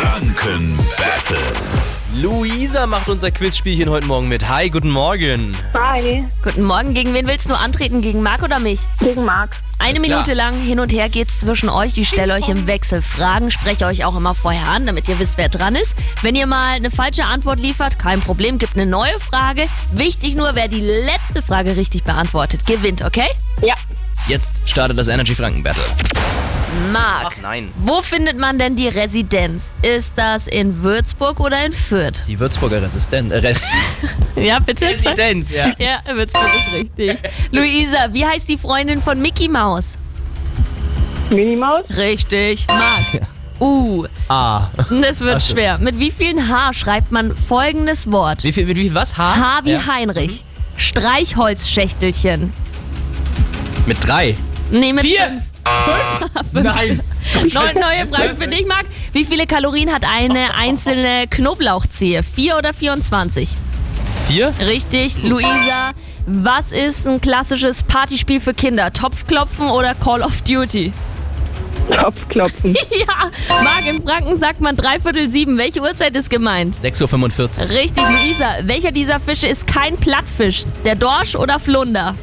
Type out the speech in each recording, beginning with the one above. Franken Battle. Luisa macht unser Quizspielchen heute Morgen mit. Hi, guten Morgen. Hi, Guten Morgen. Gegen wen willst du antreten? Gegen Marc oder mich? gegen Marc. Eine Alles klar. Minute lang hin und her geht's zwischen euch. Ich stelle euch im Wechsel Fragen, spreche euch auch immer vorher an, damit ihr wisst, wer dran ist. Wenn ihr mal eine falsche Antwort liefert, kein Problem, gibt eine neue Frage. Wichtig nur, wer die letzte Frage richtig beantwortet, gewinnt, okay? Ja, Jetzt startet das Energy Franken Battle. Marc, Ach nein. wo findet man denn die Residenz? Ist das in Würzburg oder in Fürth? Die Würzburger Resistenz. Äh, Ja, bitte. Residenz, ja. Ja, Würzburg ist richtig. Luisa, wie heißt die Freundin von Mickey Mouse? Minimaus, Richtig. Marc. Uh, Ah. das wird schwer. Mit wie vielen H schreibt man folgendes Wort? Wie viel, mit wie viel, was? H? H wie ja. Heinrich. Streichholzschächtelchen. Mit drei. Nee, mit Vier! Nein. Neu, neue Frage für dich, Marc. Wie viele Kalorien hat eine einzelne Knoblauchzehe? Vier oder 24? Vier? Richtig. Luisa, was ist ein klassisches Partyspiel für Kinder? Topfklopfen oder Call of Duty? Kopfklopfen, Ja, Marc, in Franken sagt man dreiviertel sieben. Welche Uhrzeit ist gemeint? 6.45 Uhr. Richtig, Luisa. Welcher dieser Fische ist kein Plattfisch? Der Dorsch oder Flunder?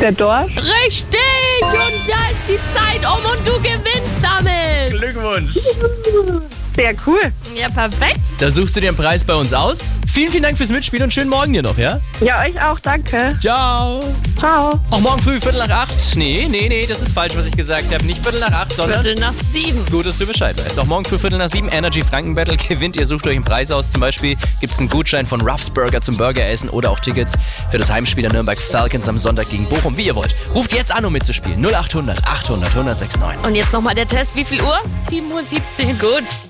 der Dorsch, Richtig! Und da ist die Zeit um und du gewinnst damit! Glückwunsch. sehr cool. Ja, perfekt. Da suchst du dir einen Preis bei uns aus. Vielen, vielen Dank fürs Mitspielen und schönen Morgen dir noch, ja? Ja, euch auch, danke. Ciao. Ciao. Auch morgen früh Viertel nach acht. Nee, nee, nee, das ist falsch, was ich gesagt habe. Nicht Viertel nach acht, sondern... Viertel nach sieben. Gut, dass du Bescheid weißt. Auch morgen früh Viertel nach sieben Energy Franken Battle gewinnt. Ihr sucht euch einen Preis aus. Zum Beispiel gibt es einen Gutschein von Ruffs Burger zum Burgeressen oder auch Tickets für das Heimspiel der Nürnberg Falcons am Sonntag gegen Bochum. Wie ihr wollt. Ruft jetzt an, um mitzuspielen. 0800 800 1069. Und jetzt nochmal der Test. Wie viel Uhr? 7.17 Uhr. Gut.